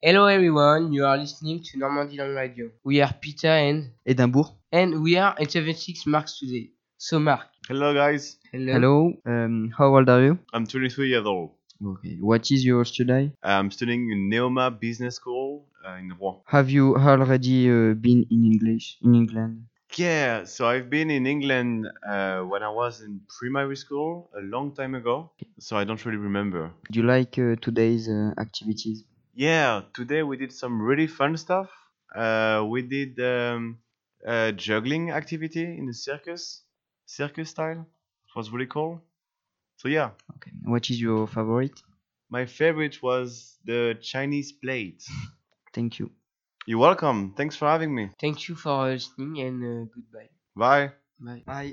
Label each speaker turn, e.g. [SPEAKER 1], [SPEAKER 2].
[SPEAKER 1] Hello everyone, you are listening to Normandy Land Radio. We are Peter and
[SPEAKER 2] Edinburgh.
[SPEAKER 1] and we are at 76 marks today. So Mark,
[SPEAKER 3] Hello guys,
[SPEAKER 1] hello.
[SPEAKER 2] Hello. Um, how old are you?
[SPEAKER 3] I'm 23 years old.
[SPEAKER 2] Okay. What is your study?
[SPEAKER 3] I'm studying in Neoma Business School uh, in Rouen.
[SPEAKER 2] Have you already uh, been in English in England?
[SPEAKER 3] Yeah, so I've been in England uh, when I was in primary school a long time ago, so I don't really remember.
[SPEAKER 2] Do you like uh, today's uh, activities?
[SPEAKER 3] Yeah, today we did some really fun stuff. Uh, we did um, a juggling activity in a circus, circus style. It was really cool. So yeah,
[SPEAKER 2] Okay. What is your favorite?
[SPEAKER 3] my favorite was the Chinese plate.
[SPEAKER 2] Thank you.
[SPEAKER 3] You're welcome. Thanks for having me.
[SPEAKER 1] Thank you for listening and uh, goodbye.
[SPEAKER 3] Bye.
[SPEAKER 1] Bye.
[SPEAKER 2] Bye.